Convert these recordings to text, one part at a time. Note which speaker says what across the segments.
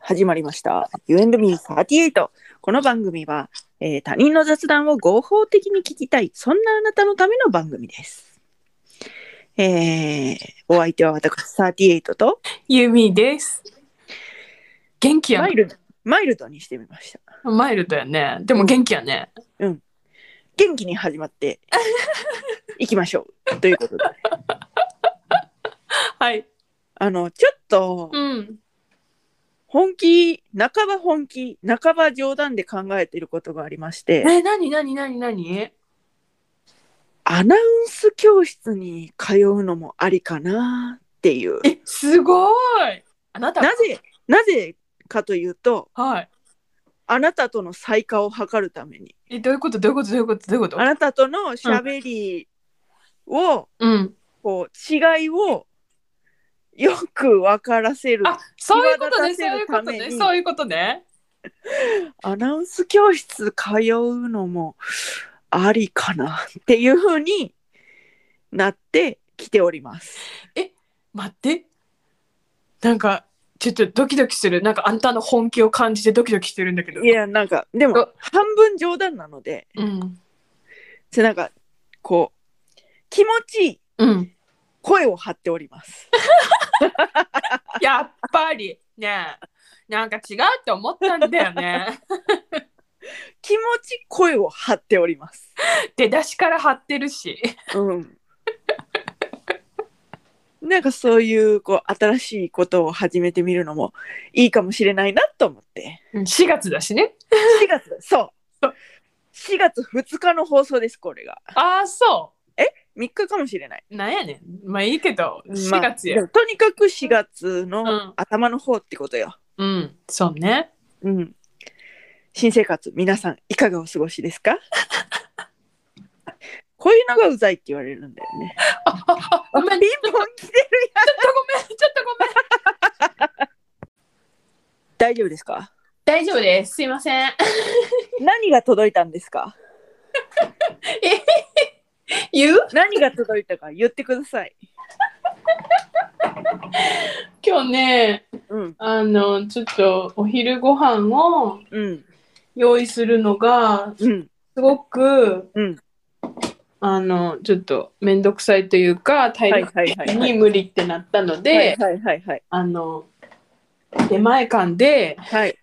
Speaker 1: 始まりました。You and me38。この番組は、えー他人の雑談を合法的に聞きたい、そんなあなたのための番組です。えーお相手は私38と
Speaker 2: ゆみです。元気や
Speaker 1: マ
Speaker 2: ね
Speaker 1: イルドマイルドにしてみました。
Speaker 2: マイルドやね。でも元気やね。
Speaker 1: 元気に始まっていきましょう。ということで、
Speaker 2: はい。
Speaker 1: あの、ちょっと
Speaker 2: うん。
Speaker 1: 本気、半ば本気、半ば冗談で考えていることがありまして。
Speaker 2: え、なになになになに
Speaker 1: アナウンス教室に通うのもありかなっていう。
Speaker 2: え、すごいあなた
Speaker 1: なぜ、なぜかというと、
Speaker 2: はい。
Speaker 1: あなたとの再化を図るために、
Speaker 2: え、どういうことどういうことどういうことどういうこと
Speaker 1: あなたとのしゃべりを、
Speaker 2: うん。
Speaker 1: こう、違いをよく分からせる
Speaker 2: あ、そういうことね。そ
Speaker 1: 際
Speaker 2: うい
Speaker 1: 立
Speaker 2: う
Speaker 1: た
Speaker 2: こ
Speaker 1: せるため
Speaker 2: と
Speaker 1: に
Speaker 2: ね。そういうことね。
Speaker 1: アナウンス教室通うのもありかなっていうふうになってきております。
Speaker 2: 待って。なんか、ちょっとドキドキする。なんかあんたの本気を感じてドキドキしてるんだけど。
Speaker 1: いや、なんか、でも
Speaker 2: ど、
Speaker 1: 半分冗談なので、
Speaker 2: うん。
Speaker 1: 背中こう気持ちいい
Speaker 2: うん。
Speaker 1: 声を張っており ます。
Speaker 2: やっぱり。ねえなんか違うって思ったんだ よね。
Speaker 1: 気持ちいい声を張っております。
Speaker 2: 出だしから張ってるし。
Speaker 1: うん。なんかそういうこう新しいことを始めてみるのもいいかもしれないなと思って。
Speaker 2: 4月だしね。
Speaker 1: 4月 だそう。4月2日の放送ですこれが。
Speaker 2: ああ、そ
Speaker 1: 3日かもしれない。
Speaker 2: う。なんやねん。まあいいけど、
Speaker 1: ま
Speaker 2: 4
Speaker 1: あ
Speaker 2: 月
Speaker 1: で
Speaker 2: や。
Speaker 1: もとにかく4月
Speaker 2: うん
Speaker 1: の頭の方ってことよ。
Speaker 2: うん、そうね。
Speaker 1: うん。新生活、皆さん、いかがお過ごしですか こういうのがうざいって言われるんだよ ね。
Speaker 2: あああごめん、ちょっとごめん、
Speaker 1: ピンポン来てるやん。
Speaker 2: ちょっとごめん。
Speaker 1: 大丈夫ですか
Speaker 2: 大丈夫です。すいません。
Speaker 1: 何が届いたんですか
Speaker 2: 言う
Speaker 1: 何が届いたか言ってください。
Speaker 2: 今日ね、
Speaker 1: うん、
Speaker 2: あの、ちょっとお昼ご飯を
Speaker 1: うん、
Speaker 2: 用意するのが、
Speaker 1: うん、
Speaker 2: すごく、
Speaker 1: うん。
Speaker 2: あの、ちょっとめんどくさいというか、体
Speaker 1: はい
Speaker 2: 力
Speaker 1: はいはい。
Speaker 2: に無理ってなったので、
Speaker 1: はいはいはいはい。
Speaker 2: あの、出前館で、
Speaker 1: はい。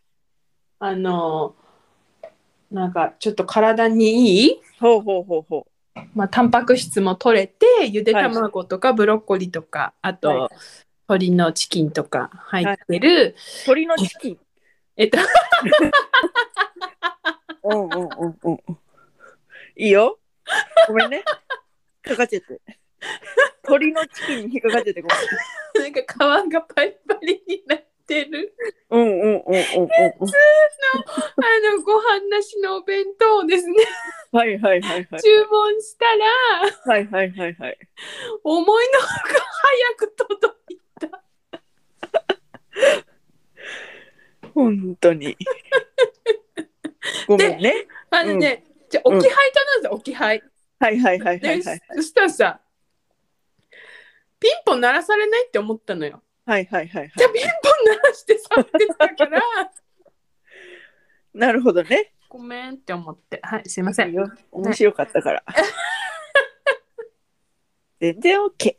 Speaker 2: あの、なんかちょっと体にいい
Speaker 1: ほうほうほうほ
Speaker 2: まあ、タンパク質も取れてゆで卵とかブロッコリーとか、あと、
Speaker 1: はい
Speaker 2: 鶏のチキンとか入ってる、
Speaker 1: う。鳥のチキン。
Speaker 2: えっと
Speaker 1: うんうんうんうんうん。いいよ。ごめんね。引っかかっちゃって。鳥のチキンに引っかかっちゃってごめん。
Speaker 2: なんか皮がパリパリになってる
Speaker 1: うんうんうんうんうんうん。
Speaker 2: あのご飯なしのお弁当をですね
Speaker 1: はいはいはいはい。
Speaker 2: 注文した
Speaker 1: は
Speaker 2: ら
Speaker 1: いはいはいはい。
Speaker 2: 思いのほか早く届い
Speaker 1: 本当に。ごめんね。
Speaker 2: あのね、じゃ置き配頼んだんですよ置き配。
Speaker 1: はいはいはい
Speaker 2: で、
Speaker 1: はいはい。
Speaker 2: そしたらさピンポン鳴らされないって思ったのよ。
Speaker 1: はいはいはい
Speaker 2: じ
Speaker 1: はい
Speaker 2: ゃあ。ピンポン鳴らして触ってたから。
Speaker 1: なるほどね。
Speaker 2: ごめんって思って。はい、すいません。
Speaker 1: いいよ面白かった から。全然 OK。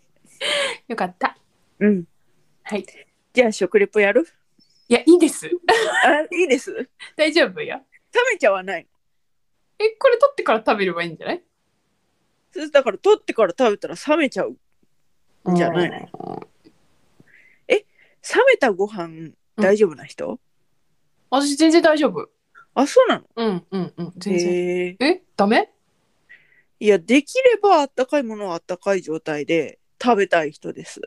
Speaker 2: よかった。
Speaker 1: うん。
Speaker 2: はい。
Speaker 1: じゃあ食レポやる
Speaker 2: いや、いいです。
Speaker 1: あ、いいです。冷
Speaker 2: 大丈夫よ。
Speaker 1: めちゃわないの。
Speaker 2: え、これ取ってから食べればいいんじゃない
Speaker 1: それだから取ってから食べたら冷めちゃう。じゃない
Speaker 2: い。
Speaker 1: 冷めたご飯大丈夫な人、
Speaker 2: 私、全然大丈夫。
Speaker 1: あ、そうなの
Speaker 2: うんうんうん。全然。
Speaker 1: へえ。
Speaker 2: え、ダメ
Speaker 1: いや、できればあったかいものはあったかい状態で食べたい人です。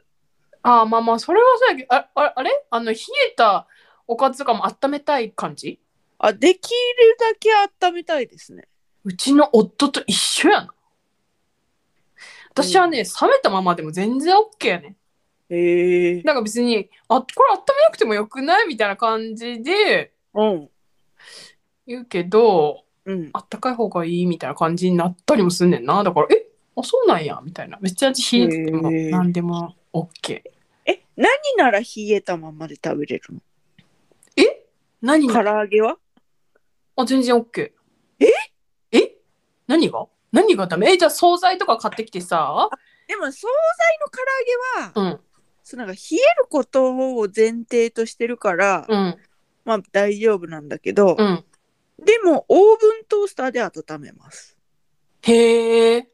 Speaker 2: あーまあまあ、それはそうやけど、あああれあの、冷えたおかずとかも温めたい感じ
Speaker 1: あ、できるだけ温めたいですね。
Speaker 2: うちの夫と一緒やな。私はね、冷めたままでも全然 OK やね。
Speaker 1: へえ。
Speaker 2: なんか別に、あ、これ温めなくてもよくないみたいな感じで
Speaker 1: うん。
Speaker 2: 言うけど、
Speaker 1: うん。
Speaker 2: あったかい方がいいみたいな感じになったりもすんねんなだからえあそうなんやみたいなめっちゃ冷えてても
Speaker 1: へー
Speaker 2: 何でも OK
Speaker 1: え、何なら冷えたままで食べれるの
Speaker 2: え何
Speaker 1: 唐
Speaker 2: が
Speaker 1: 揚げは
Speaker 2: あ、全然 OK。
Speaker 1: え
Speaker 2: え何が何がダメえ、じゃあ惣菜とか買ってきてさ。
Speaker 1: でも惣菜の唐揚げは、
Speaker 2: うん。
Speaker 1: そのなんか冷えることを前提としてるから、
Speaker 2: うん。
Speaker 1: まあ大丈夫なんだけど、
Speaker 2: うん。
Speaker 1: でもオーブントースターで温めます。
Speaker 2: へえ。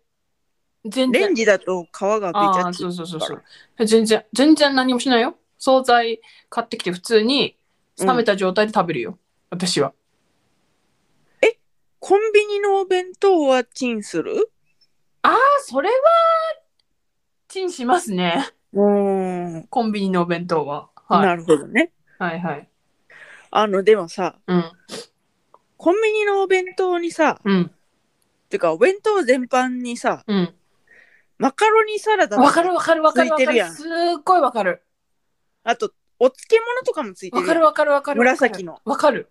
Speaker 2: 全
Speaker 1: レ
Speaker 2: 然
Speaker 1: ン。ジだと皮がべち
Speaker 2: あ
Speaker 1: ゃ
Speaker 2: あ、
Speaker 1: っ
Speaker 2: そうそうそうそ
Speaker 1: だか
Speaker 2: う。全然、全然何もしないよ。惣菜買ってきて普通に冷めた状態で食べるよ。私は。
Speaker 1: コンビニのお弁当はチンする
Speaker 2: あ、それは、チンしますね。
Speaker 1: うーん、
Speaker 2: コンビニのお弁当は。はい。
Speaker 1: なるほどね。
Speaker 2: はいはい。
Speaker 1: あのでもさ
Speaker 2: うん。
Speaker 1: コンビニのお弁当にさ
Speaker 2: うん。
Speaker 1: てかお弁当全般にさ
Speaker 2: うん。
Speaker 1: マカロニサラダ
Speaker 2: わかるわかるわかるわ
Speaker 1: ついて
Speaker 2: か
Speaker 1: るや
Speaker 2: る。
Speaker 1: ん
Speaker 2: すっごいわかる。
Speaker 1: あとお漬物とかもついて
Speaker 2: わ
Speaker 1: る
Speaker 2: かるわかるわかる。
Speaker 1: 紫の。
Speaker 2: わかる。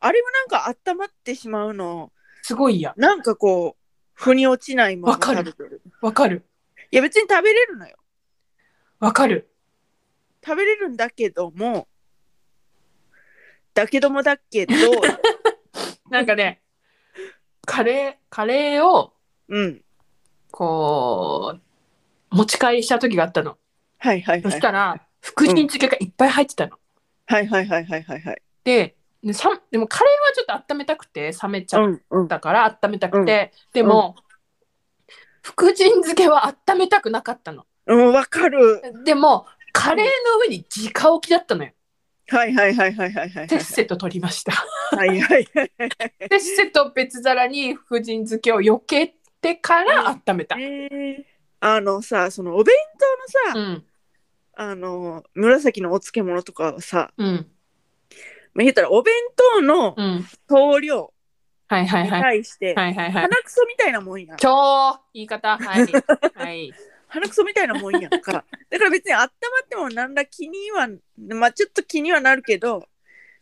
Speaker 1: あれもなんか温まってしまうの
Speaker 2: すごいや。
Speaker 1: なんかこう腑に落ちないまま
Speaker 2: わかる
Speaker 1: 食べてる
Speaker 2: わかる。
Speaker 1: いや別に食べれるのよ
Speaker 2: わかる。
Speaker 1: 食べれるんだけどもだけどもだけ ど
Speaker 2: なんかね、カレー、カレーを、
Speaker 1: うん
Speaker 2: こう、持ち帰りした時があったの。
Speaker 1: はいはい
Speaker 2: そ
Speaker 1: はい
Speaker 2: したら、福神漬けがいっぱい入ってたの。
Speaker 1: はいはいはいはいはいはい
Speaker 2: で、でさでもカレーはちょっと温めたくて、冷めちゃっ
Speaker 1: んうん
Speaker 2: たから温めたくて、でも、福神漬けは温めたくなかったの。
Speaker 1: うんわかる
Speaker 2: でも、カレーの上に直置きだったのよ。
Speaker 1: はいはいはいはいはい はい
Speaker 2: せっせと取りました。
Speaker 1: はいはいはい
Speaker 2: で、せと別皿に福神漬けを避けてから温めた。
Speaker 1: えーあのさそのお弁当のさ、
Speaker 2: うん。
Speaker 1: あの紫のお漬物とかはさ、
Speaker 2: うん。
Speaker 1: まあ、言ったらお弁当の
Speaker 2: うん。
Speaker 1: 総量
Speaker 2: はいはい
Speaker 1: に
Speaker 2: はい。
Speaker 1: 対して、
Speaker 2: はいはいはい。
Speaker 1: 鼻くそみたいなもんや
Speaker 2: 超言い方。はい。はい。
Speaker 1: 鼻くそみたいなもんやん かだから別にあったまってもなんら気にはまあちょっと気にはなるけど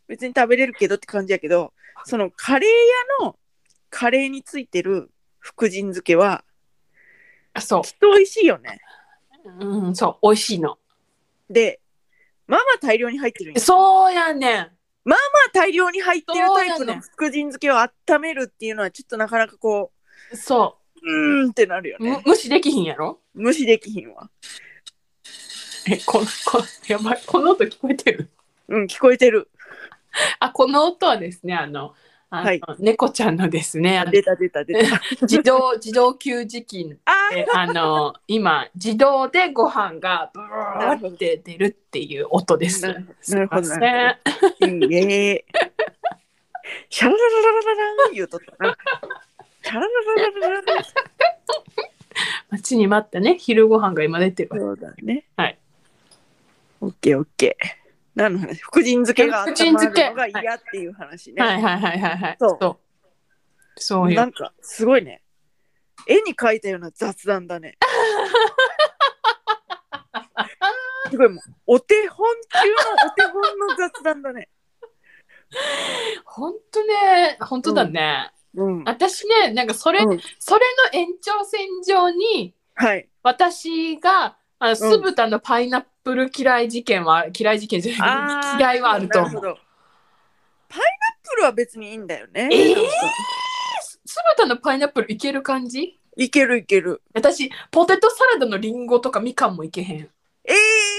Speaker 1: 別に食べれるけどって感じやけどそのカレー屋のカレーについてる福神漬けは
Speaker 2: そう
Speaker 1: きっと美味しいよね
Speaker 2: うん、そう、美味しいの。
Speaker 1: でまあまあ大量に入ってるんや
Speaker 2: そうやねん。
Speaker 1: 大量に入ってるタイプ
Speaker 2: そうやね
Speaker 1: の福神漬けを温めるっていうのはちょっとなかなかこ
Speaker 2: そう
Speaker 1: うーんってなるよ
Speaker 2: う、む
Speaker 1: ね
Speaker 2: 無視できひんやろ。
Speaker 1: 無視できひんわ
Speaker 2: え、この、この、やばい、この音聞こえてる。
Speaker 1: うん聞こえてる
Speaker 2: あ、この音はですね、あの。あの
Speaker 1: はい
Speaker 2: 猫ちゃんのですね、あの
Speaker 1: 出た出た 出た
Speaker 2: 自動、自動給餌器っ
Speaker 1: あー
Speaker 2: て、あの、今、自動でご飯がブワーって出るっていう音です。
Speaker 1: なるなるほど
Speaker 2: すいません
Speaker 1: なイエーイシャララララララン言うとったなシャラララララララン
Speaker 2: 待ちに待ったね、昼ご飯が今出てるわ。
Speaker 1: そうだね
Speaker 2: はい
Speaker 1: オッケーオッケー何の話福神漬けが温まるのが嫌っていう話ね、
Speaker 2: はいはいはいはいはい。
Speaker 1: そう
Speaker 2: そう。そうよ
Speaker 1: なんかすごいね絵に描いたような雑談だ ねすごいもうお手本中のお手本の雑談だね
Speaker 2: ほんとね、ほんとだね。
Speaker 1: うん、
Speaker 2: 私ね、なんかそれ、
Speaker 1: うん
Speaker 2: それの延長線上に、
Speaker 1: はい
Speaker 2: 私が、あの酢豚のパイナップル嫌い事件は、嫌い事件じゃない嫌いはあると思
Speaker 1: な
Speaker 2: う。
Speaker 1: ほどパイナップルは別にいいんだよね、
Speaker 2: えー酢豚のパイナップルいける感じ
Speaker 1: いけるいける
Speaker 2: 私、ポテトサラダのリンゴとかみかんもいけへん。
Speaker 1: えー、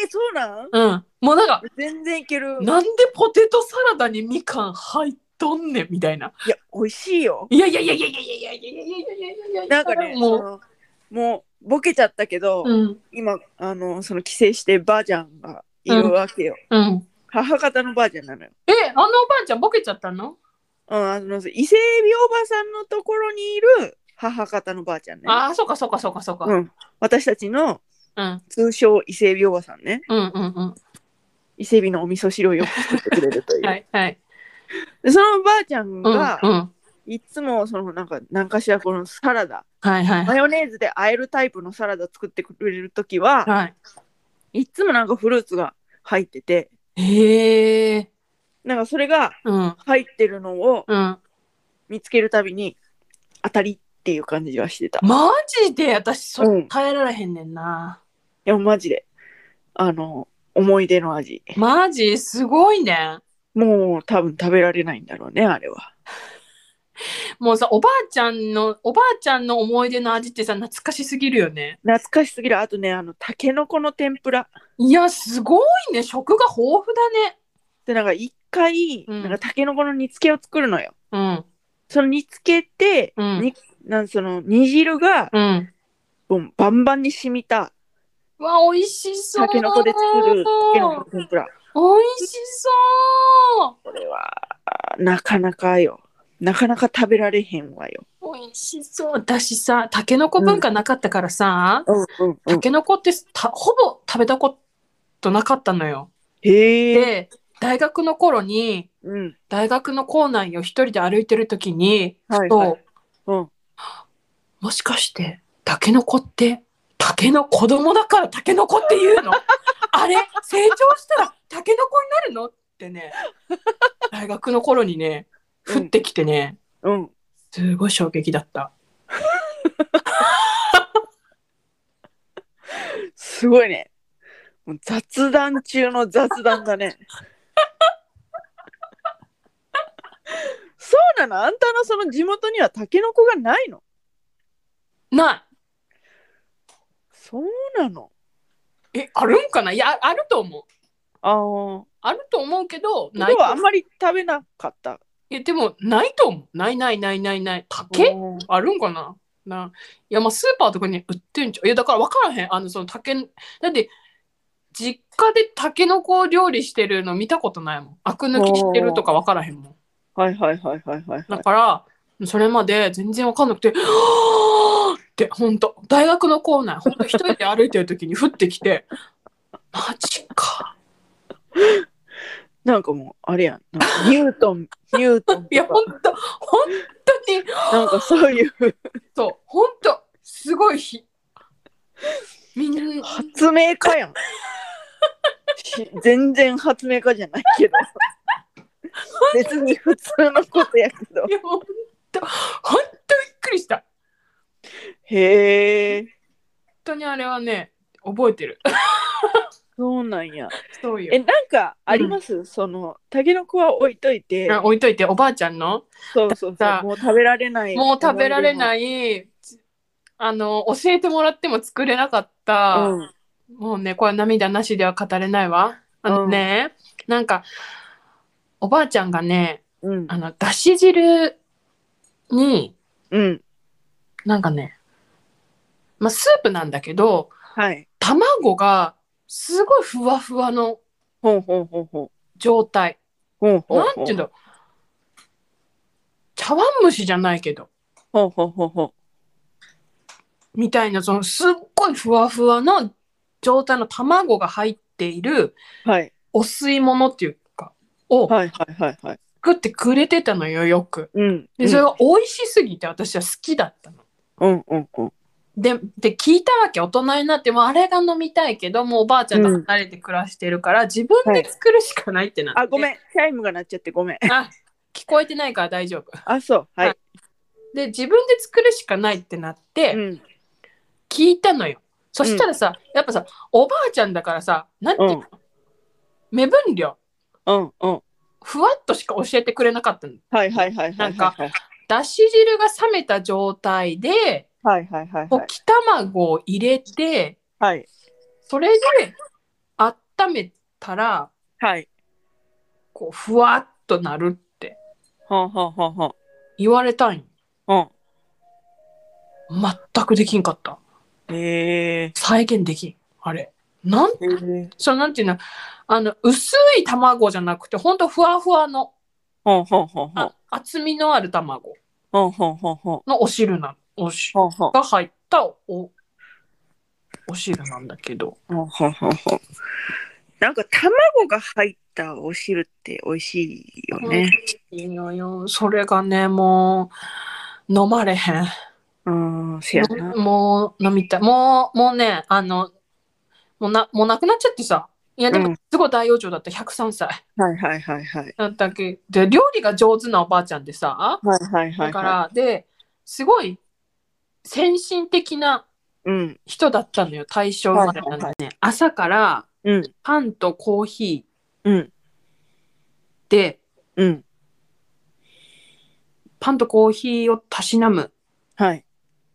Speaker 1: そうなん
Speaker 2: うん。もうなんか、
Speaker 1: 全然いける
Speaker 2: なんでポテトサラダにみかん入っとんねんみたいな。
Speaker 1: いや美味しいよ
Speaker 2: いやいやいやいやいやいやいやいやいやいやいやいやい
Speaker 1: な
Speaker 2: や
Speaker 1: んかね
Speaker 2: も、
Speaker 1: そうのもうボケちゃったけど、
Speaker 2: うん、
Speaker 1: 今あのその帰省してばあちゃんがいるわけよ、
Speaker 2: うん。
Speaker 1: 母方のばあちゃんなのよ
Speaker 2: え、あのおばあちゃんボケちゃったの
Speaker 1: うん、あの伊勢海老おばさんのところにいる母方のばあちゃんね。
Speaker 2: ああ、そうかそうかそうかそうか。
Speaker 1: うん、私たちの
Speaker 2: うん、
Speaker 1: 通称伊勢海老おばさんね。
Speaker 2: うん、うん、うん。
Speaker 1: 伊勢海老のお味噌汁をよく作ってくれるという。
Speaker 2: はいはい。
Speaker 1: でそのばあちゃんが、
Speaker 2: うんうん、
Speaker 1: いつもそのなんか何かしらこのサラダ
Speaker 2: はいはい
Speaker 1: マヨネーズで和えるタイプのサラダ作ってくれる時は、
Speaker 2: はい。
Speaker 1: いつもなんかフルーツが入ってて
Speaker 2: へえ。
Speaker 1: なんかそれが
Speaker 2: うん
Speaker 1: 入ってるのを
Speaker 2: うん。
Speaker 1: 見つけるたびに当たりっていう感じはしてた。
Speaker 2: マジで私そ
Speaker 1: うん
Speaker 2: れ耐えられへんねんな。
Speaker 1: いやマジであの思い出の味。
Speaker 2: マジすごいね。
Speaker 1: もう多分食べられないんだろうね、あれは。
Speaker 2: もうさ、おばあちゃんの、おばあちゃんの思い出の味ってさ、懐かしすぎるよね。
Speaker 1: 懐かしすぎる。あとね、あの、タケノコの天ぷら。
Speaker 2: いや、すごいね。食が豊富だね。
Speaker 1: で、なんか一回、
Speaker 2: うん
Speaker 1: なんかタケノコの煮付けを作るのよ。
Speaker 2: うん。
Speaker 1: その煮付けて、
Speaker 2: うん
Speaker 1: になんその煮汁が
Speaker 2: うん。
Speaker 1: もうバンバンに染みた
Speaker 2: うわ、美味しそう。
Speaker 1: タケノコで作るタケノコの天ぷら。
Speaker 2: 美味しそ
Speaker 1: これは、なかなかよ。なかなか食べられへんわよ。
Speaker 2: う。美味しそう。だしさ、タケノコ文化なかったからさ、
Speaker 1: うんうんう
Speaker 2: タ
Speaker 1: ん。
Speaker 2: ケノコってたほぼ食べたことなかったのよ。
Speaker 1: へえ。
Speaker 2: で、大学の頃に、
Speaker 1: うん。
Speaker 2: 大学の校内を一人で歩いてる時に、
Speaker 1: はい
Speaker 2: と、
Speaker 1: はい。うん。
Speaker 2: もしかして、タケノコって、タケの子供だからタケノコって言う のあれ成長したらタケノコになるのってね、大学の頃にね、降ってきてね、
Speaker 1: うん。
Speaker 2: すごい衝撃だった。
Speaker 1: すごいね。もう雑談中の雑談だ ね。そうなのあんたのその地元にはタケノコがないの
Speaker 2: な
Speaker 1: そうなの
Speaker 2: いえ、あるんかないや、あると思う。
Speaker 1: ああ。
Speaker 2: あると思うけど、
Speaker 1: 今
Speaker 2: ない
Speaker 1: 日
Speaker 2: と
Speaker 1: はあん
Speaker 2: 思う。
Speaker 1: まり食べなかった。
Speaker 2: いや、でも、ないと思う。ないないないないない。タケ
Speaker 1: うん
Speaker 2: あるんかなないや、まあ、スーパーとかに売ってんじゃん。いや、だから分からへん。あの、その、タケ、だって、実家でタケノコ料理してるの見たことないもん。アク抜きしてるとか分からへんもん。
Speaker 1: はいはいはいはいはい、は
Speaker 2: だ
Speaker 1: い。
Speaker 2: から、それまで全然分かんなくて、 はぁーって、ほんと、大学の校内、ほんと一人で歩いてる時に降 ってきて、マジか。
Speaker 1: なんかもう、あれやん。なんかニュー トン、ニュートン
Speaker 2: いや、
Speaker 1: と
Speaker 2: ほ
Speaker 1: か、
Speaker 2: んと、ほんとに、
Speaker 1: なんかそういう
Speaker 2: そう、ほんと、すごい日。みんな、
Speaker 1: 発明家やん。し全然発明家じゃないけど。別に普通のことやけど
Speaker 2: い。や、ほんと、ほんとびっくりした。
Speaker 1: へえ、
Speaker 2: 本当にあれはね、覚えてる。
Speaker 1: そうなんや。
Speaker 2: そうよ
Speaker 1: え、。なんかあります、その、タケノコは置いといて、
Speaker 2: あ置いといて、おばあちゃんの、
Speaker 1: そうそうそ
Speaker 2: だ
Speaker 1: う、もう食べられない。
Speaker 2: もう食べられ
Speaker 1: い。
Speaker 2: ない、あの、教えてもらっても作れなかった、
Speaker 1: うん、
Speaker 2: もうね、これ涙なしでは語れないわ。あのね、なんか、おばあちゃんがね、
Speaker 1: うん
Speaker 2: あ、の、だし汁に、
Speaker 1: うん、
Speaker 2: なんかね、まあ、スープなんだけど、
Speaker 1: はい。
Speaker 2: 卵がすごいふわふわの
Speaker 1: ほうほうほうほう。
Speaker 2: 状態。
Speaker 1: ほうほうほ
Speaker 2: なんていうん
Speaker 1: う。
Speaker 2: だろう。茶碗蒸しじゃないけど、
Speaker 1: ほうほうほうほう。
Speaker 2: みたいな、そのすっごいふわふわの状態の卵が入っている
Speaker 1: はい、
Speaker 2: お吸い物っていうか、を
Speaker 1: はい、はい、はい、はい。
Speaker 2: 作ってくれてたのよ、よく。
Speaker 1: うん。
Speaker 2: で、それが美味しすぎて私は好きだったの。
Speaker 1: うん、うん、うん。
Speaker 2: で、で聞いたわけ、大人になって、もうあれが飲みたいけど、もうおばあちゃんと離れて暮らしてるから、自分で作るしかないってなって。
Speaker 1: あ、ごめん。チャイムが鳴っちゃってごめん。
Speaker 2: あ、聞こえてないから大丈夫。
Speaker 1: あ、そう。は。
Speaker 2: はいで、自分で作るしかないってなって、
Speaker 1: うん。
Speaker 2: 聞いたのよ。そしたらさ、やっぱさ、おばあちゃんだからさ、なんていうの、目分量、
Speaker 1: うん。うん。
Speaker 2: ふわっとしか教えてくれなかったの。
Speaker 1: はいはいはいはい。
Speaker 2: なんか。だし汁が冷めた状態で、
Speaker 1: はいはいはいはい
Speaker 2: 溶。き卵を入れて、
Speaker 1: はい。
Speaker 2: それで温めたら、
Speaker 1: はい。
Speaker 2: こう、ふわっとなるって
Speaker 1: ほんほんほんほん。
Speaker 2: 言われたんよ。
Speaker 1: うん。
Speaker 2: 全くできんかった。
Speaker 1: へえ。
Speaker 2: 再現できん。あれ。なん
Speaker 1: へえ。
Speaker 2: そのなんていうのあの薄い卵じゃなくてほんとふわふわの
Speaker 1: ほんほんほんほん
Speaker 2: あ。厚みのある卵
Speaker 1: ほんほんほんほん。
Speaker 2: のお汁なのおし
Speaker 1: ほんほん
Speaker 2: が入ったおお汁なんだけど
Speaker 1: ほんほんほんほん。なんか卵が入ったお汁って美味しいよね。
Speaker 2: いいのよそれがねもう飲まれへん
Speaker 1: うん、せやな。
Speaker 2: もう飲みたいもうもうねあのもうなもうなくなっちゃってさいやで
Speaker 1: う
Speaker 2: も
Speaker 1: ん
Speaker 2: すごい大養生だった103歳
Speaker 1: はいはいはいはい。
Speaker 2: だったっけで料理が上手なおばあちゃんでさ
Speaker 1: はいはいは
Speaker 2: だ
Speaker 1: い
Speaker 2: から、
Speaker 1: は。
Speaker 2: ですごい先進的ない
Speaker 1: うん。
Speaker 2: 人だったのよ大正生まれなんでね、朝から
Speaker 1: うん。
Speaker 2: パンとコーヒ
Speaker 1: うん。
Speaker 2: ーて
Speaker 1: うん。
Speaker 2: パンとコーヒーをたしなむ
Speaker 1: はい。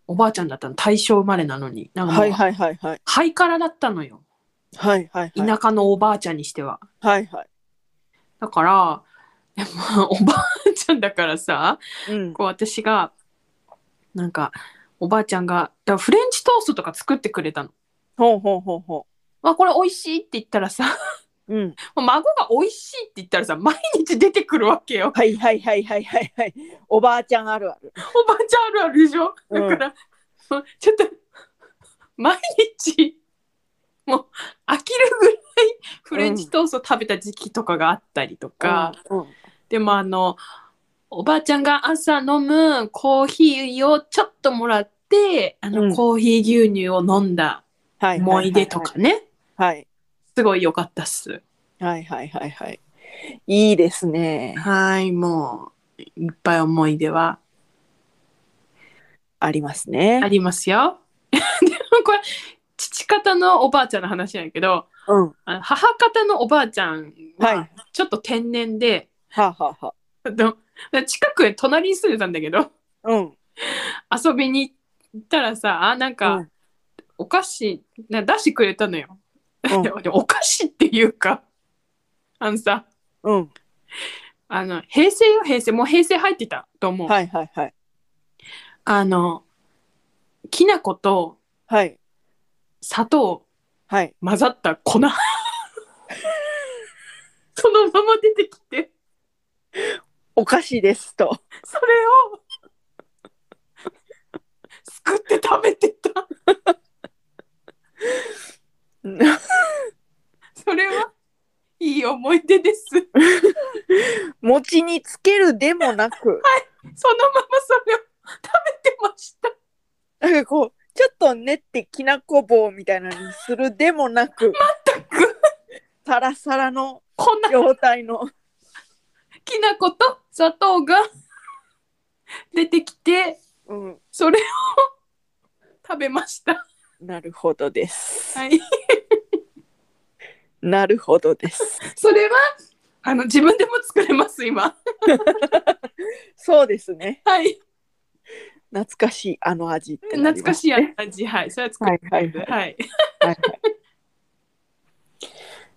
Speaker 2: おばあちゃんだったの大正生まれなのになんかも
Speaker 1: は
Speaker 2: う
Speaker 1: いはいはいはい。
Speaker 2: ハイカラだったのよ
Speaker 1: はいはいはい。
Speaker 2: 田舎のおばあちゃんにしては、
Speaker 1: はいはい。
Speaker 2: だからでもおばあ ちゃんだからさ
Speaker 1: うん。
Speaker 2: こう私がなんかおばあちゃんがだからフレンチトーストとか作ってくれたの。
Speaker 1: ほうほうほうほ
Speaker 2: わこれ美味しいって言ったらさ
Speaker 1: う。うん。
Speaker 2: もう孫が美味しいって言ったらさ毎日出てくるわけよ
Speaker 1: はいはいはいはいはいはい。おばあちゃんあるある。
Speaker 2: おばあちゃんあるあるでしょ
Speaker 1: う
Speaker 2: だ
Speaker 1: ん
Speaker 2: から、もうちょっと毎日もう飽きるぐらいフレンチトースト食べた時期とかがあったりとか、
Speaker 1: うん。
Speaker 2: でもあのおばあちゃんが朝飲むコーヒーをちょっともらってあの、
Speaker 1: うん
Speaker 2: コーヒー牛乳を飲んだ
Speaker 1: はい。
Speaker 2: 思い出とか。ね、
Speaker 1: はい。
Speaker 2: すごい良かったっす。
Speaker 1: はいはいはいはい。いいですね。
Speaker 2: はいもういっぱい思い出は
Speaker 1: あります
Speaker 2: あ
Speaker 1: ね。
Speaker 2: りますよ。 でもこれ父方のおばあちゃんの話なんやけど
Speaker 1: うん。は
Speaker 2: あの母方のおばあちゃん
Speaker 1: い。
Speaker 2: は
Speaker 1: は
Speaker 2: ちょっと天然で、
Speaker 1: あ、はあは
Speaker 2: ど近くで隣に住んでたんだけど
Speaker 1: あ。うん。
Speaker 2: 遊びに行ったらさあなんか、
Speaker 1: うん
Speaker 2: お菓子な出してくれたのよ。
Speaker 1: うん
Speaker 2: でもでもお菓子っていうかあのさ
Speaker 1: うん。
Speaker 2: あの平成よ平成もう平成入ってた と思う。
Speaker 1: はいはいはい。
Speaker 2: あのきな粉と
Speaker 1: はい。
Speaker 2: 砂糖
Speaker 1: はい。
Speaker 2: 混ざった 粉そのまま出てきて
Speaker 1: お菓子ですと。
Speaker 2: それをすくって食べてたそれはいい思い出ですその
Speaker 1: 餅につけるでもなく、
Speaker 2: ままそれを食べてました
Speaker 1: なんかこう、ちょっと練ってきなこ棒みたいなのにするでもな く、
Speaker 2: 全く
Speaker 1: サラサラの
Speaker 2: こんな
Speaker 1: 状態の。
Speaker 2: きな粉と砂糖が 出てきて
Speaker 1: うん。
Speaker 2: それを食べました
Speaker 1: なるほどです。
Speaker 2: はい
Speaker 1: なるほどです。
Speaker 2: それはあの自分でも作れます今
Speaker 1: そうですね。
Speaker 2: はい
Speaker 1: 懐かしいあの味ってなり
Speaker 2: 懐
Speaker 1: ま
Speaker 2: か
Speaker 1: す
Speaker 2: しい味はいそれは作
Speaker 1: はいはい
Speaker 2: れる
Speaker 1: はい。
Speaker 2: はい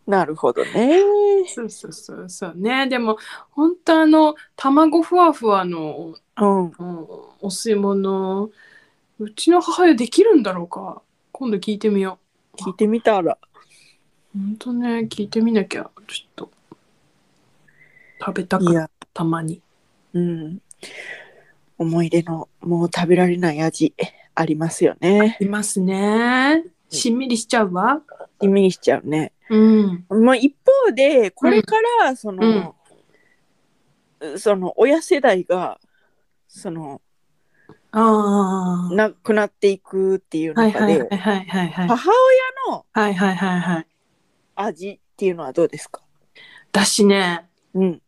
Speaker 1: なるほどね。
Speaker 2: そうそうそうそうねでも本当あの卵ふわふわの
Speaker 1: うん。
Speaker 2: うんお吸い物うちの母親できるんだろうか今度聞いてみよ
Speaker 1: 聞いてみたら。
Speaker 2: うほんとね聞いてみなきゃちょっと食べた
Speaker 1: い
Speaker 2: く
Speaker 1: や、
Speaker 2: たまに
Speaker 1: うん。思い出のもう食べられない味ありますよね。
Speaker 2: いますねしんみりしちゃうわ
Speaker 1: 意味しちゃうね。
Speaker 2: うん
Speaker 1: まあ、一方でこれからその、その親世代がその
Speaker 2: ああ
Speaker 1: なくなっていくっていう
Speaker 2: はい
Speaker 1: 中
Speaker 2: はい
Speaker 1: で
Speaker 2: はいはいはいはい
Speaker 1: 母親の
Speaker 2: はいはいはいはい
Speaker 1: 味っていうのはどうですか
Speaker 2: だしね
Speaker 1: うん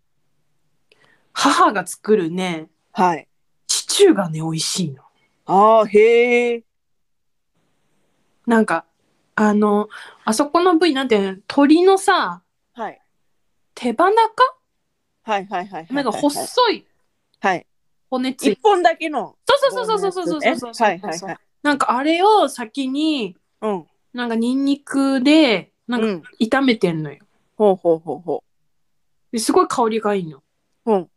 Speaker 2: 母が作るね
Speaker 1: はい
Speaker 2: シチューがね美味しいの
Speaker 1: ああへえ
Speaker 2: なんかあのあそこの部位なんていうの鶏のさ
Speaker 1: はい
Speaker 2: 手羽中
Speaker 1: はいはいはいはい
Speaker 2: なんか
Speaker 1: はい
Speaker 2: 細い
Speaker 1: はい
Speaker 2: 骨つい
Speaker 1: 一本だけの
Speaker 2: そうそうそうそうそうそうそうそうそう、
Speaker 1: はいはいはい
Speaker 2: なんかあれを先に
Speaker 1: うん
Speaker 2: なんかニンニクでなん
Speaker 1: う
Speaker 2: か
Speaker 1: ん
Speaker 2: 炒めてんのよ
Speaker 1: ほうほうほうほ
Speaker 2: ですごい香りがいいの
Speaker 1: ううん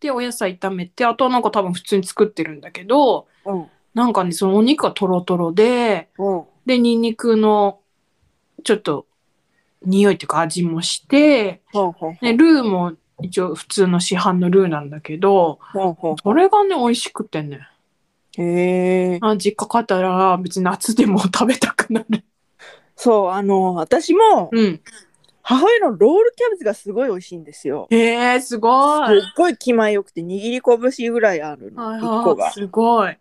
Speaker 2: でお野菜炒めてあとはなんか多分普通に作ってるんだけど
Speaker 1: うん
Speaker 2: なんかねそのお肉がトロトロで
Speaker 1: うん
Speaker 2: でニンニクのちょっと匂いというか味もして
Speaker 1: ほうほう
Speaker 2: でルーも一応普通の市販のルーなんだけど
Speaker 1: ほうほう
Speaker 2: それがね美味しくてね
Speaker 1: へえ
Speaker 2: あ実家帰ったら別に夏でも食べたくなる
Speaker 1: そうあの私も
Speaker 2: うん
Speaker 1: 母親のロールキャベツがすごい美味しいんですよ
Speaker 2: えー、すごい
Speaker 1: すっごい気前よくて握り拳ぐらいあるの
Speaker 2: はい
Speaker 1: 1個
Speaker 2: は
Speaker 1: が
Speaker 2: いすごい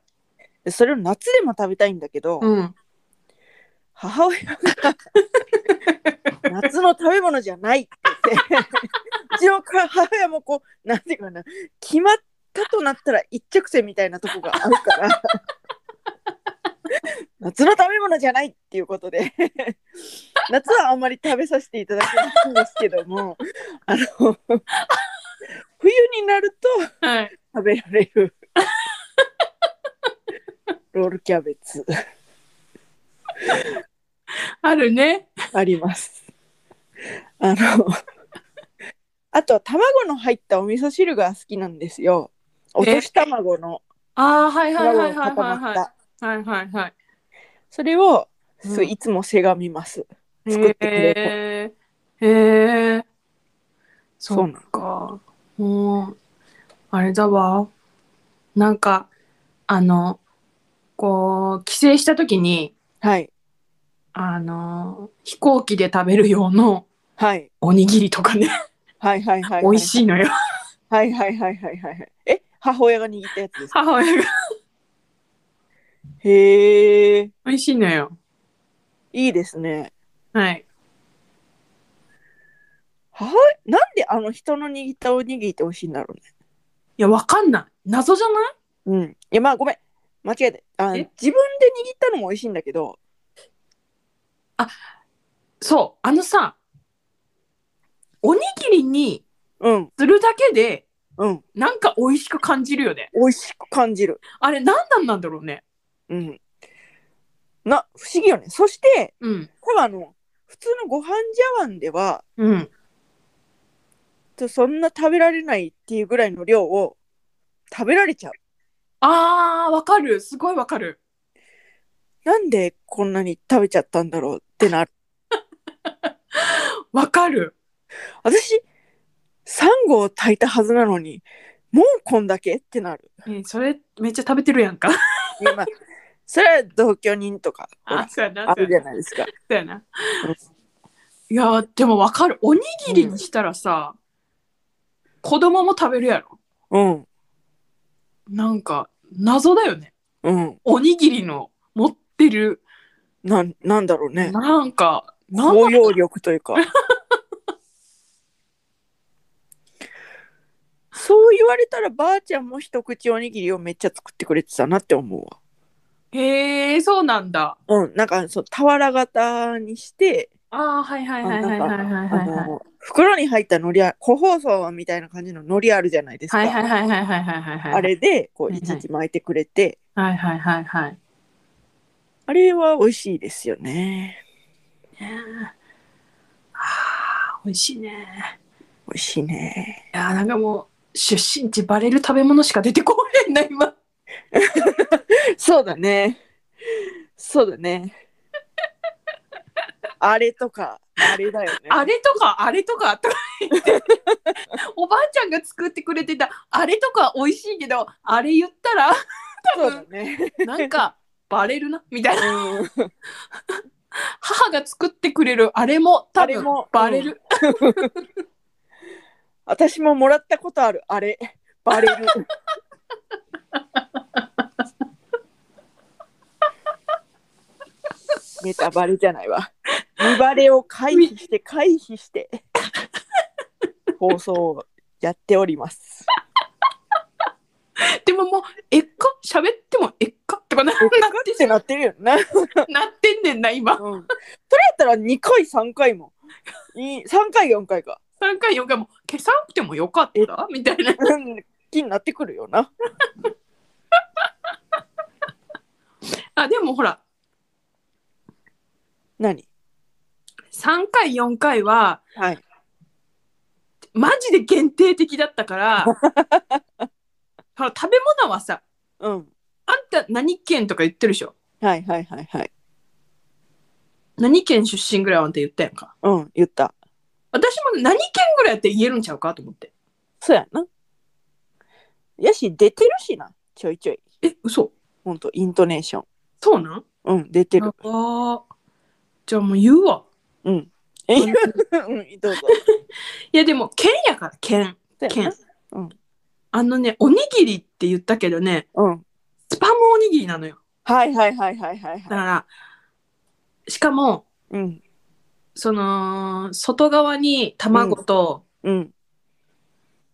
Speaker 1: でそれを夏でも食べたいんだけど、
Speaker 2: うん
Speaker 1: 母親が夏の食べ物じゃないって言ってうちの母親もこうなんていうかな決まったとなったら一直線みたいなとこがあるから夏の食べ物じゃないっていうことで夏はあんまり食べさせていただけないんですけどもあの冬になると
Speaker 2: はい。
Speaker 1: 食べられるロールキャベツ
Speaker 2: あるね。
Speaker 1: あります。あのあとは卵の入ったお味噌汁が好きなんですよ。落とし卵の
Speaker 2: ああ、はいはい
Speaker 1: 卵
Speaker 2: はい
Speaker 1: の
Speaker 2: はい
Speaker 1: 固
Speaker 2: は
Speaker 1: ま
Speaker 2: い
Speaker 1: っ
Speaker 2: は
Speaker 1: た。
Speaker 2: い。はいはいはい。
Speaker 1: それを、す
Speaker 2: うん
Speaker 1: いつもせがみます。作ってくれる
Speaker 2: へえ。へえ。
Speaker 1: そうな
Speaker 2: そっ
Speaker 1: の
Speaker 2: か。もう、あれだわ。なんか、あの、こう、帰省した時に、
Speaker 1: はい
Speaker 2: あの、飛行機で食べる用の
Speaker 1: はい
Speaker 2: おにぎりとかね、
Speaker 1: はいはいはい。
Speaker 2: 美味しいのよ。
Speaker 1: はいはいはいはいはいはい。え、母親が握ったやつですか。
Speaker 2: 母親が。
Speaker 1: へえ、
Speaker 2: 美味しいのよ。
Speaker 1: いいですね。
Speaker 2: はい。
Speaker 1: 母なんであの人の握ったおにぎりって美味しいんだろうね。
Speaker 2: いや、わかんない。謎じゃない
Speaker 1: うん。いやまあごめん。間違えてあ自分
Speaker 2: え
Speaker 1: で握ったのも美味しいんだけど、
Speaker 2: そう。あのさ、おにぎりに
Speaker 1: うん
Speaker 2: するだけで、
Speaker 1: うん
Speaker 2: なんか美味しく感じるよね。
Speaker 1: 美味しく感じる。
Speaker 2: あれ、何なんなんだろうね。
Speaker 1: うん。な不思議よね。そして
Speaker 2: うん。
Speaker 1: 多分あの普通のご飯茶碗では
Speaker 2: うん。
Speaker 1: ちょそんな食べられないっていうぐらいの量を食べられちゃう。
Speaker 2: あー、わかる。すごいわかる。
Speaker 1: なんでこんなに食べちゃったんだろうってなる。
Speaker 2: わかる。
Speaker 1: 私サンゴを炊いたはずなのにもうこんだけってなる、
Speaker 2: ね、それ、めっちゃ食べてるやんか。
Speaker 1: いやまあ、 それは同居人とかほら
Speaker 2: あ、そうやな。
Speaker 1: あ
Speaker 2: そう
Speaker 1: るじ
Speaker 2: や
Speaker 1: ゃ
Speaker 2: な
Speaker 1: ないですか
Speaker 2: そうやな
Speaker 1: うん。
Speaker 2: いやー、でもわかる。おにぎりにしたらさ、子供も食べるやろ。
Speaker 1: うん
Speaker 2: なんか、謎だよね。
Speaker 1: うん
Speaker 2: おにぎりの持ってる
Speaker 1: なんなんだろうね
Speaker 2: なんか、なん
Speaker 1: 包容力という かそう言われたらばあちゃんも一口おにぎりをめっちゃ作ってくれてたなって思うわ
Speaker 2: へえ、そうなんだ。
Speaker 1: うんなんかそう俵型にして
Speaker 2: ああ、はいはいはいはいはいはいはい
Speaker 1: あの袋に入った海苔あ個包装みたいな感じの海苔あるじゃないですか、
Speaker 2: はいはいはいはいはいはいはいはい。
Speaker 1: あれでこ
Speaker 2: は
Speaker 1: う
Speaker 2: い
Speaker 1: いちいち巻いてくれて、
Speaker 2: はいはいはいはい。
Speaker 1: あれは美味しいですよね。
Speaker 2: ああ、美味しいね。
Speaker 1: 美味しいね。
Speaker 2: いやー、なんかもう、出身地バレる食べ物しか出てこへんな、今。
Speaker 1: そうだね。そうだね。あれとか、あれだよね。
Speaker 2: あれとか、あれとか、とか言 って。おばあちゃんが作ってくれてた、あれとか美味しいけど、あれ言ったら、
Speaker 1: そうだね。
Speaker 2: なんか、バレるな、みたいな。
Speaker 1: うん
Speaker 2: 母が作ってくれる、あれも、多
Speaker 1: あれ
Speaker 2: 分
Speaker 1: も
Speaker 2: バレる。
Speaker 1: 私ももらったことある、あれ。バレる。ネタバレじゃないわ。見バレを回避して、回避して、放送をやっております。
Speaker 2: でももう、えっか喋ってもえっかとかななっ
Speaker 1: っててなってるよね。
Speaker 2: なってんねんな、
Speaker 1: う
Speaker 2: 今。
Speaker 1: ん、それやったら2回3回もいい3回4回か
Speaker 2: 3回、4回も、消さなくてもよかったみたいな。
Speaker 1: うん気になってくるよな。
Speaker 2: あ、でもほら、
Speaker 1: 何
Speaker 2: 3回、4回は、
Speaker 1: はい。
Speaker 2: マジで限定的だっ たから、ほら食べ物はさ、
Speaker 1: うん。
Speaker 2: あんた何県とか言ってるでしょ。
Speaker 1: はいはいはいはい。
Speaker 2: 何県出身ぐらいはあんた言ったやんか。
Speaker 1: うん言った。
Speaker 2: 私も何県ぐらいやって言えるんちゃうかと思って。
Speaker 1: そうやな。やし出てるしなちょいちょい。
Speaker 2: え、嘘
Speaker 1: ほんとイントネーション。
Speaker 2: そうなん
Speaker 1: うん出てる。
Speaker 2: あーじゃあもう言うわ。
Speaker 1: うん。えうん どうぞ。
Speaker 2: いやでも県やから県
Speaker 1: そうや
Speaker 2: 県
Speaker 1: な。うん
Speaker 2: あのねおにぎりって言ったけどね
Speaker 1: うん。
Speaker 2: スパムおにぎりなのよ
Speaker 1: はいはいはいはいはい
Speaker 2: だ
Speaker 1: は
Speaker 2: か
Speaker 1: い。
Speaker 2: らしかも
Speaker 1: うん
Speaker 2: その外側に卵と
Speaker 1: うん。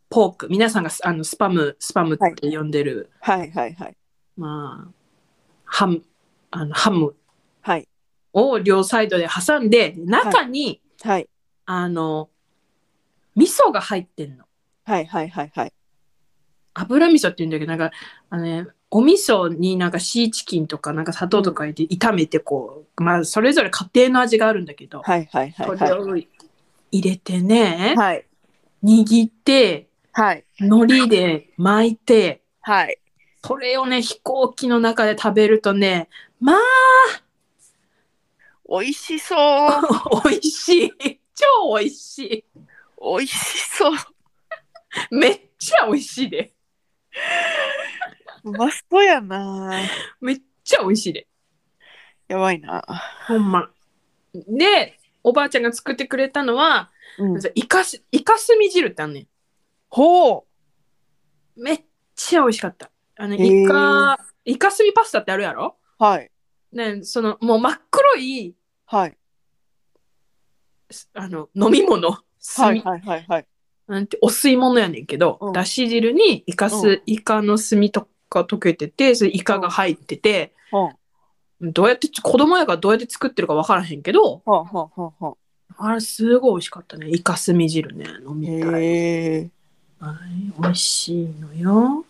Speaker 2: ポーク、皆さんがあのスパムスパムって呼んでる、
Speaker 1: はいはいはい。
Speaker 2: まあハムあのハム
Speaker 1: はい
Speaker 2: を両サイドで挟んで中に、
Speaker 1: はい
Speaker 2: あの味噌が入ってんの
Speaker 1: はいはいはいはい。
Speaker 2: 油味噌って言うんだけど、なんか、あのね、お味噌になんかシーチキンとかなんか砂糖とか入れて炒めてこう、まあそれぞれ家庭の味があるんだけど、
Speaker 1: はいはいはい
Speaker 2: これ
Speaker 1: は
Speaker 2: を入れてね
Speaker 1: い。、はい。
Speaker 2: 握って、
Speaker 1: はい。
Speaker 2: 海苔で巻いて、
Speaker 1: はい。
Speaker 2: それをね、飛行機の中で食べるとね、まあ、
Speaker 1: 美味しそう。
Speaker 2: 美味しい。 超美味しい。
Speaker 1: 美味しそう。
Speaker 2: めっちゃ美味しいで。
Speaker 1: うまそうやな。
Speaker 2: めっちゃ美味しいで。
Speaker 1: やばいな。
Speaker 2: ほんま。で、おばあちゃんが作ってくれたのは、
Speaker 1: うん、
Speaker 2: イカス、イカスミ汁ってあんねん。
Speaker 1: ほ
Speaker 2: めっちゃ美味しかった。あの、
Speaker 1: へー
Speaker 2: イカ、イカスミパスタってあるやろ
Speaker 1: う。はい。
Speaker 2: ね、その、もう真っ黒い、
Speaker 1: はい。
Speaker 2: すあの、飲み物。
Speaker 1: はい
Speaker 2: 炭
Speaker 1: はいはいはい。
Speaker 2: なんてお吸い物やねんけど、
Speaker 1: うん
Speaker 2: だし汁にイカス、
Speaker 1: うん
Speaker 2: イカの炭とか溶けててそれイカが入ってて、
Speaker 1: ほん
Speaker 2: どうやって子供やからどうやって作ってるか分からへんけど
Speaker 1: ほんほんほんほ
Speaker 2: あれすごい美味しかったねイカスミ汁ね飲
Speaker 1: ん。
Speaker 2: みたい、
Speaker 1: へえ。
Speaker 2: はい美味しいのよ、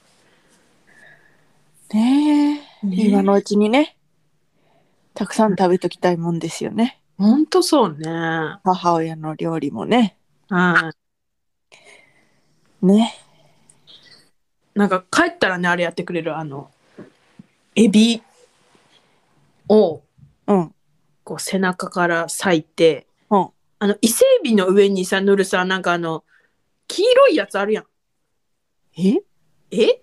Speaker 1: ねえ。
Speaker 2: ね、
Speaker 1: 今のうちにね。たくさん食べときたいもんですよね。
Speaker 2: ほんとそうねは
Speaker 1: 母親の料理もね。
Speaker 2: い
Speaker 1: ね。
Speaker 2: なんか帰ったらねあれやってくれるあのエビを
Speaker 1: うん。
Speaker 2: こう背中から裂いて、
Speaker 1: うん
Speaker 2: あの伊勢海老の上にさ塗るさなんかあの黄色いやつあるやん
Speaker 1: え
Speaker 2: ええ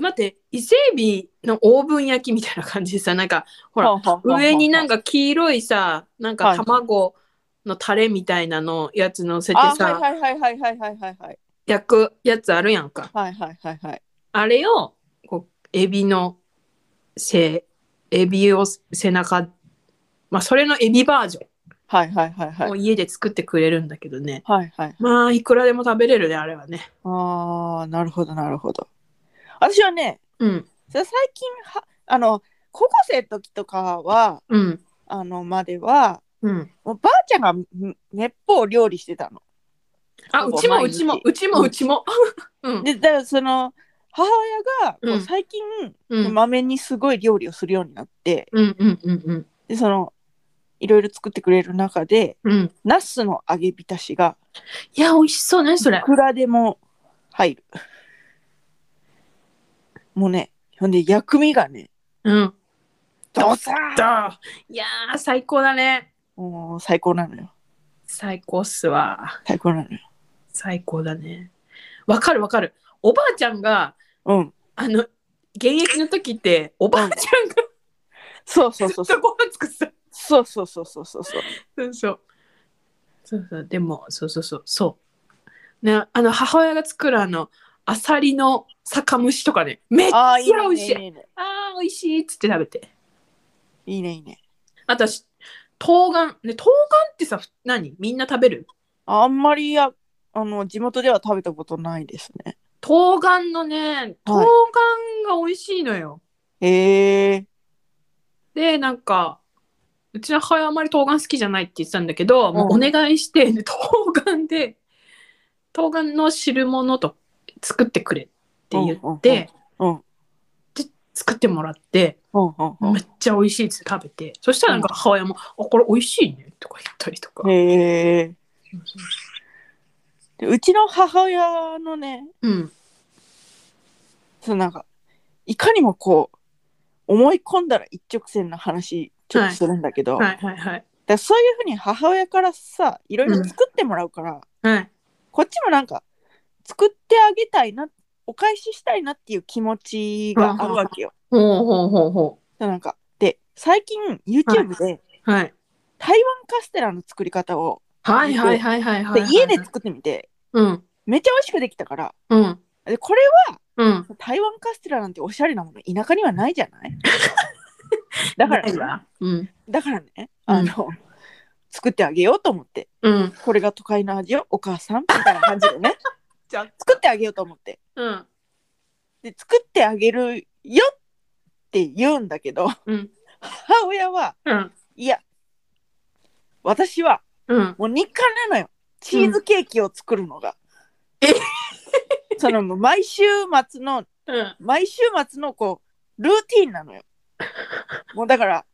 Speaker 2: 待って伊勢海老のオーブン焼きみたいな感じでさなんかほら
Speaker 1: ら
Speaker 2: 上になん
Speaker 1: か
Speaker 2: か黄色いさなんか
Speaker 1: はい
Speaker 2: 卵のタレみたいなのやつ乗せて
Speaker 1: あ
Speaker 2: さ、
Speaker 1: はいはいはいはいはいはいはい
Speaker 2: 焼くやつあるやんか
Speaker 1: はいはいはいはい
Speaker 2: あれをこうエビの背エビを背中まあそれのエビバージョン
Speaker 1: はいはいはいはい
Speaker 2: もう家で作ってくれるんだけどね。
Speaker 1: はいはい
Speaker 2: まあ、いくらでも食べれるね、あれはね。
Speaker 1: ああなるほどなるほど私はね
Speaker 2: うん。
Speaker 1: 最近はあの高校生の時とかは
Speaker 2: うん。
Speaker 1: あのまでは
Speaker 2: うん。
Speaker 1: もうばあちゃんがめめっぽう料理してたの
Speaker 2: あ、
Speaker 1: ほ
Speaker 2: う
Speaker 1: ぼ
Speaker 2: ちも、
Speaker 1: 毎
Speaker 2: う
Speaker 1: 日
Speaker 2: ちも、うちも、うちも。うん。
Speaker 1: でだからその母親がこう
Speaker 2: うん
Speaker 1: 最近
Speaker 2: うん。
Speaker 1: まめにすごい料理をするようになって
Speaker 2: うん。うん。うん。うん。
Speaker 1: でそのいろいろ作ってくれる中で
Speaker 2: うん。
Speaker 1: ナスの揚げ浸しが
Speaker 2: いや、美味しそうね、それ
Speaker 1: い。くらでも入る。もうね、ほんで薬味がね、
Speaker 2: うん。
Speaker 1: ドサーン
Speaker 2: だ。いやー、最高だね。
Speaker 1: もう最高なのよ。
Speaker 2: 最高っすわ。
Speaker 1: 最高なのよ。
Speaker 2: 最高だね。わかる、わかる。おばあちゃんが、
Speaker 1: うん。
Speaker 2: あの。現役の時って、おばあちゃんが
Speaker 1: そうそう
Speaker 2: ず
Speaker 1: そ
Speaker 2: っ
Speaker 1: うそう
Speaker 2: と。ご飯作ってた。
Speaker 1: そうそうそうそうそうそう。
Speaker 2: そうそう。そうそう、でも、そうそうそう、そう。ね、あの母親が作るあの、アサリの酒蒸しとかね、めっち
Speaker 1: あ
Speaker 2: ゃ
Speaker 1: あ、いいね。
Speaker 2: 美
Speaker 1: い
Speaker 2: 味しい。
Speaker 1: いね。
Speaker 2: ああ、美味しいっつって食べて。
Speaker 1: いいね。いいね
Speaker 2: あとはし、冬瓜。ね、冬瓜ってさ、ふ何みんな食べる
Speaker 1: あんまりや、あの、地元では食べたことないですね。
Speaker 2: 冬瓜のね、冬瓜が美味しいのよ。
Speaker 1: へえ。
Speaker 2: で、なんか、うちの母親はあまり冬瓜好きじゃないって言ってたんだけど、もうお願いして、で冬瓜で、冬瓜の汁物と作ってくれって言って、
Speaker 1: うんうんうん
Speaker 2: で作ってもらって、
Speaker 1: うんうんう
Speaker 2: めっちゃ美味しいっつって食べて、そしたらなんか母親も、あ、これ美味しいねとか言ったりとか
Speaker 1: ん。。へえ。でうちの母親のね、
Speaker 2: うん。
Speaker 1: そのなんかいかにもこう思い込んだら一直線な話ちょっとするんだけど、
Speaker 2: はいはいはい。
Speaker 1: だからそういうふうに母親からさいろいろ作ってもらうから、
Speaker 2: はい。
Speaker 1: こっちもなんか作ってあげたいなお返ししたいなっていう気持ちがあるわけよ。
Speaker 2: ほうほうほうほ
Speaker 1: だからなんかで最近 YouTube で
Speaker 2: う。はい。
Speaker 1: 台湾カステラの作り方を
Speaker 2: はいはいはいはいは
Speaker 1: で
Speaker 2: い、はい。
Speaker 1: 家で作ってみて
Speaker 2: うん。
Speaker 1: めっちゃ美味しくできたから
Speaker 2: うん。
Speaker 1: でこれ
Speaker 2: うん。
Speaker 1: は台湾カステラなんておしゃれなもの田舎にはないじゃない だから
Speaker 2: ないわうん。
Speaker 1: だからね、
Speaker 2: うん
Speaker 1: あの、作ってあげようと思って、
Speaker 2: うん。
Speaker 1: これが都会の味よ、お母さんみたいな感じでね、
Speaker 2: じゃ
Speaker 1: 作ってあげようと思って。
Speaker 2: うん。
Speaker 1: で、作ってあげるよって言うんだけど、
Speaker 2: うん。
Speaker 1: 母親は、
Speaker 2: うん。
Speaker 1: いや、私は
Speaker 2: うん。
Speaker 1: もう日課なのよ。チーズケーキを作るのが。
Speaker 2: え
Speaker 1: そのもう毎週末の
Speaker 2: うん
Speaker 1: 毎週末のこうルーティンなのよ。もうだから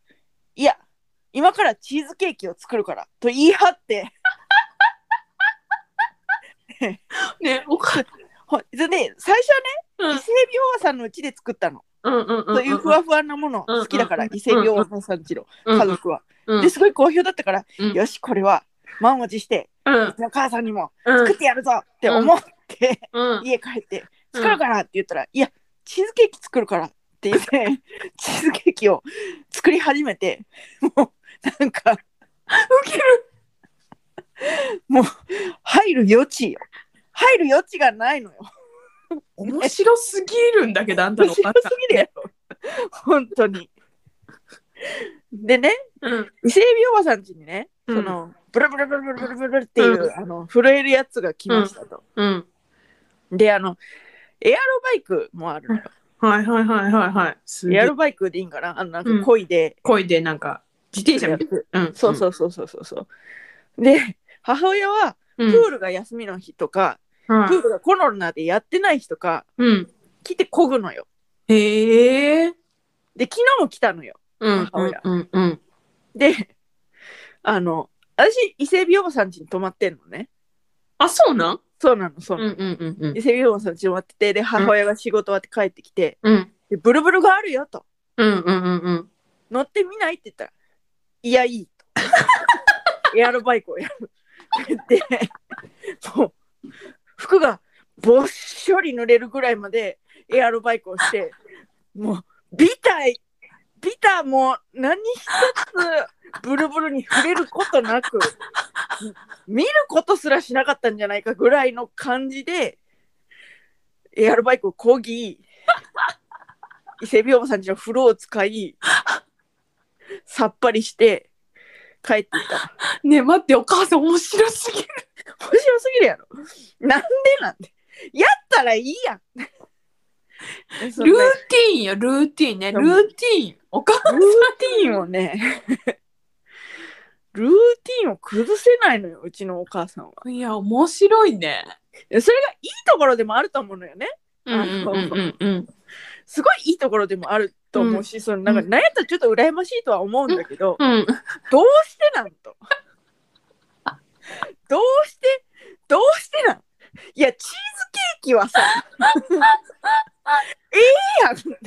Speaker 1: いや今からチーズケーキを作るからと言い張って
Speaker 2: ねおか
Speaker 1: ほそれで最初はね
Speaker 2: う
Speaker 1: 伊
Speaker 2: ん
Speaker 1: 勢海老おばさんの家で作ったの。
Speaker 2: うんうんうん
Speaker 1: というふわふわなものを好きだから
Speaker 2: うん
Speaker 1: 伊勢海老おばさんちの
Speaker 2: うん
Speaker 1: 家族は。
Speaker 2: うん
Speaker 1: ですごい好評だったから
Speaker 2: うん
Speaker 1: よしこれは満を持して
Speaker 2: うん
Speaker 1: うちの母さんにも
Speaker 2: うん
Speaker 1: 作ってやるぞって思って
Speaker 2: うん
Speaker 1: 家帰って作るからって言ったら、いやチーズケーキ作るからって言って チーズケーキを作り始めてもうなんかウケるもう入る余地よ入る余地がないのよ
Speaker 2: 面白すぎるんだけどあんたの
Speaker 1: 面
Speaker 2: お母
Speaker 1: 白
Speaker 2: さ
Speaker 1: すぎるやろ本当にでね
Speaker 2: んうん
Speaker 1: 伊勢海老おばさんちにね
Speaker 2: うん
Speaker 1: その、ブルブルブルブルブルブルっていう、あの震えるやつが来ましたと、
Speaker 2: うん
Speaker 1: であのエアロバイクもあるのよ
Speaker 2: はいはいはいはいはいすげ
Speaker 1: エア
Speaker 2: え
Speaker 1: ロバイクでいいんかなあのなん
Speaker 2: うん
Speaker 1: か恋で、
Speaker 2: 恋でなんか自転車みたいうん
Speaker 1: そうそうそうそうそうそうで母親はプ
Speaker 2: うん
Speaker 1: ールが休みの日とか、
Speaker 2: うん
Speaker 1: プールがコロナでやってない日とか
Speaker 2: うん
Speaker 1: 来てこぐのよ
Speaker 2: へえ
Speaker 1: で昨日も来たのよ
Speaker 2: うん
Speaker 1: 母親
Speaker 2: うんうん
Speaker 1: であの私伊勢海老おばさん家に泊まってんのね
Speaker 2: あそうなん
Speaker 1: そうなのそう
Speaker 2: うん
Speaker 1: なの、
Speaker 2: うんうんうん
Speaker 1: 伊勢海老おばさん家に泊まっててで母親が仕事終わって帰ってきて、
Speaker 2: うん
Speaker 1: でブルブルがあるよと
Speaker 2: うんうんうんうん
Speaker 1: 乗ってみないって言ったら「いやいい」とエアロバイクをやるって言ってもう服がぼっしょり濡れるぐらいまでエアロバイクをしてもうビタいビタも何一つブルブルに触れることなく見ることすらしなかったんじゃないかぐらいの感じでエアロバイクをこぎ伊勢美おばさんちの風呂を使いさっぱりして帰っていった
Speaker 2: ねえ待ってお母さん面白すぎる
Speaker 1: 面白すぎるやろなんでなんでやったらいい やん
Speaker 2: ルーティーンよルーティーンね
Speaker 1: で
Speaker 2: ル
Speaker 1: も
Speaker 2: ーティーンお母さん
Speaker 1: ルーティンをね ルーティンを崩せないのようちのお母さんはい
Speaker 2: や面白いね
Speaker 1: それがいいところでもあると思うのよね
Speaker 2: うんうんうんうん
Speaker 1: すごいいいところでもあると思うし、そのなんか
Speaker 2: うん
Speaker 1: 悩んだらちょっと羨ましいとは思うんだけど、
Speaker 2: うん
Speaker 1: どうしてなんと。どうして、どうしてなんいや、チーズケーキはさ、 ええやん。別にそれを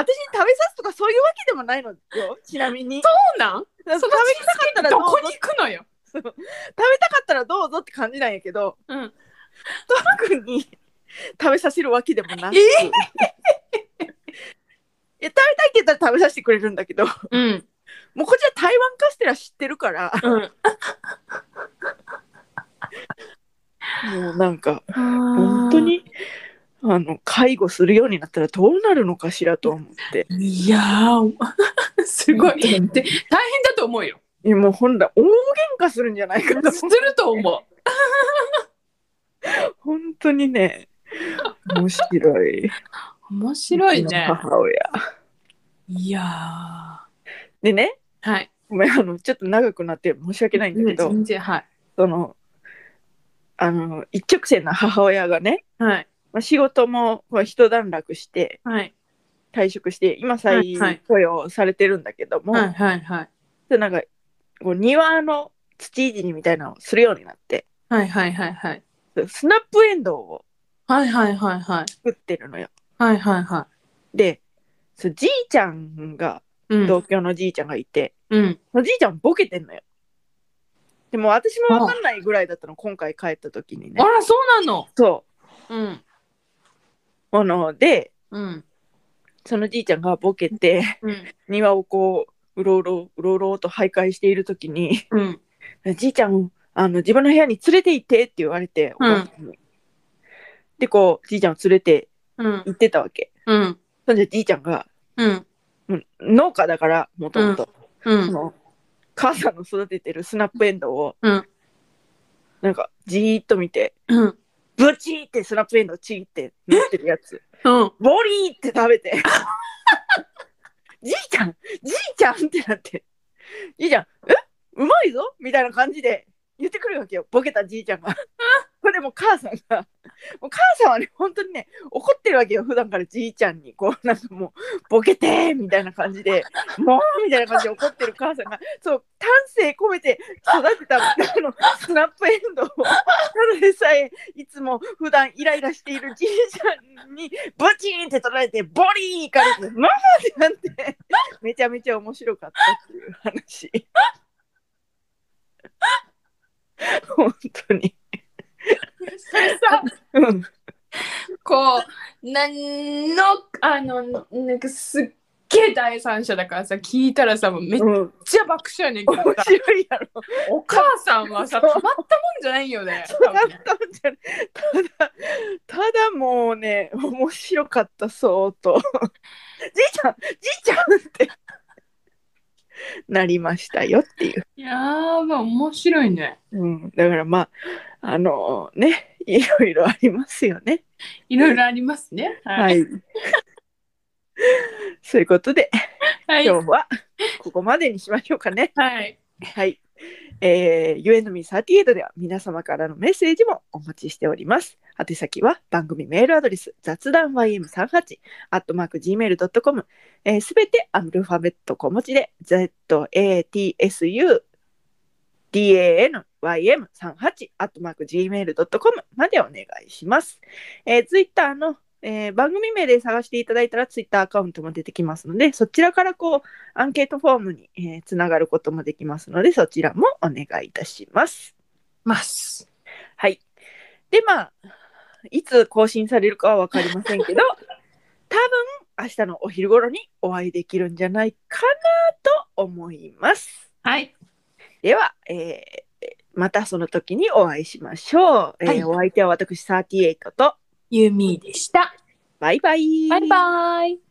Speaker 1: 私に食べさすとかそういうわけでもないのよ、ちなみに。
Speaker 2: そうなん
Speaker 1: 食べたかったらど
Speaker 2: ど
Speaker 1: うぞ
Speaker 2: こ、に行くのよ
Speaker 1: 食べたかったらどうぞって感じなんやけど、
Speaker 2: うん
Speaker 1: 特に食べさせるわけでもなく。
Speaker 2: え
Speaker 1: いや食べたいって言ったら食べさせてくれるんだけども
Speaker 2: うん
Speaker 1: うこっちは台湾カステラ知ってるから
Speaker 2: うん
Speaker 1: もうなんか
Speaker 2: 本
Speaker 1: 本当にあの介護するようになったらどうなるのかしらと思って
Speaker 2: いやーすごいで大変だと思うよ
Speaker 1: いやもうほんだ大喧嘩するんじゃないかと
Speaker 2: すると思
Speaker 1: 本当にね面白いう
Speaker 2: 面白いね
Speaker 1: 母親
Speaker 2: いやー
Speaker 1: でね
Speaker 2: はい
Speaker 1: ごめんあのちょっと長くなって申し訳ないんだけど、
Speaker 2: 全然はい
Speaker 1: そのあの一直線な母親がね、
Speaker 2: はい
Speaker 1: まあ、仕事もこう一段落して
Speaker 2: はい
Speaker 1: 退職して今再
Speaker 2: はい
Speaker 1: 雇用されてるんだけども、
Speaker 2: はいはいはい
Speaker 1: でなんかこう庭の土いじりみたいなのをするようになって
Speaker 2: はいはいはいはい
Speaker 1: スナップエンドウを
Speaker 2: はいはいはいはい
Speaker 1: 作ってるのよ。
Speaker 2: はいはいは
Speaker 1: でそうじいちゃんが
Speaker 2: いうん
Speaker 1: 同居のじいちゃんがいて、
Speaker 2: うん
Speaker 1: そのじいちゃんボケてんのよ。でも私も分かんないぐらいだったの今回帰った時にね
Speaker 2: あ。らそうなの
Speaker 1: そ
Speaker 2: うん
Speaker 1: うあので
Speaker 2: うん
Speaker 1: そのじいちゃんがボケ て
Speaker 2: うん
Speaker 1: 庭をこううろうろうろうろと徘徊している時に
Speaker 2: うん
Speaker 1: じいちゃんをあの自分の部屋に連れて行ってって言われて、
Speaker 2: うん
Speaker 1: おばあちゃんにでこうじいちゃんを連れて
Speaker 2: うん
Speaker 1: 行ってたわけ。
Speaker 2: うん
Speaker 1: そんじゃじいちゃんが
Speaker 2: うん
Speaker 1: うん農家だからもともと。
Speaker 2: う
Speaker 1: そ
Speaker 2: ん
Speaker 1: の母さんの育ててるスナップエンドウを、
Speaker 2: うん
Speaker 1: なんかじーっと見て
Speaker 2: うん
Speaker 1: ブチーってスナップエンドウチーってなってるやつ
Speaker 2: うん
Speaker 1: ボリーって食べて じいちゃんじいちゃんってなってじいちゃんえうまいぞみたいな感じで言ってくるわけよボケたじいちゃんがそれでれもう母さんが、もう母さんはね、本当にね、怒ってるわけよ、普段からじいちゃんに、こう、なんかもう、ボケてーみたいな感じで、もうみたいな感じで怒ってる母さんが、そう、丹精込めて育てた、あの、スナップエンドウを、ただでさえ、いつも普段イライラしているじいちゃんに、ブチーンって取られて、ボリーンいかれて、 もうってなって、めちゃめちゃ面白かったっていう話。 本当に。
Speaker 2: それさ
Speaker 1: うん。
Speaker 2: こうなんのあのなんかすっげえ第三者だからさ聞いたらさもうめっ
Speaker 1: うん
Speaker 2: ちゃ爆笑やねんけ
Speaker 1: 面
Speaker 2: どさ
Speaker 1: 白いやろ。
Speaker 2: お母さんはさたまったもんじゃないよね。
Speaker 1: ただただただもうね面白かった相当。じいちゃんじいちゃんってなりましたよっていう。
Speaker 2: いやーまあ面白いね。
Speaker 1: うん、だからまああのねいろいろありますよね。
Speaker 2: いろいろありますね。
Speaker 1: は。
Speaker 2: はい
Speaker 1: そういうことで
Speaker 2: はい。
Speaker 1: 今日はここまでにしましょうかね。
Speaker 2: はい。
Speaker 1: はい。えー、ゆえのみ38では皆様からのメッセージもお待ちしております。宛先は番組メールアドレス雑談 ym38 アットマーク gmail.com すべてアルファベット小文字で zatsu dan ym38 アットマーク gmail.com までお願いします。えー、ツイッターの、えー番組名で探していただいたらツイッターアカウントも出てきますのでそちらからこうアンケートフォームに、えーつながることもできますので、そちらもお願いいたします。
Speaker 2: ます。
Speaker 1: はい。で、まあ、いつ更新されるかは分かりませんけど、 多分明日のお昼頃にお会いできるんじゃないかなと思います。
Speaker 2: はい。
Speaker 1: では、えーまたその時にお会いしましょう。えー
Speaker 2: はい
Speaker 1: お相手は私38と、
Speaker 2: ユミでした。
Speaker 1: バイバイ。
Speaker 2: バイバイ。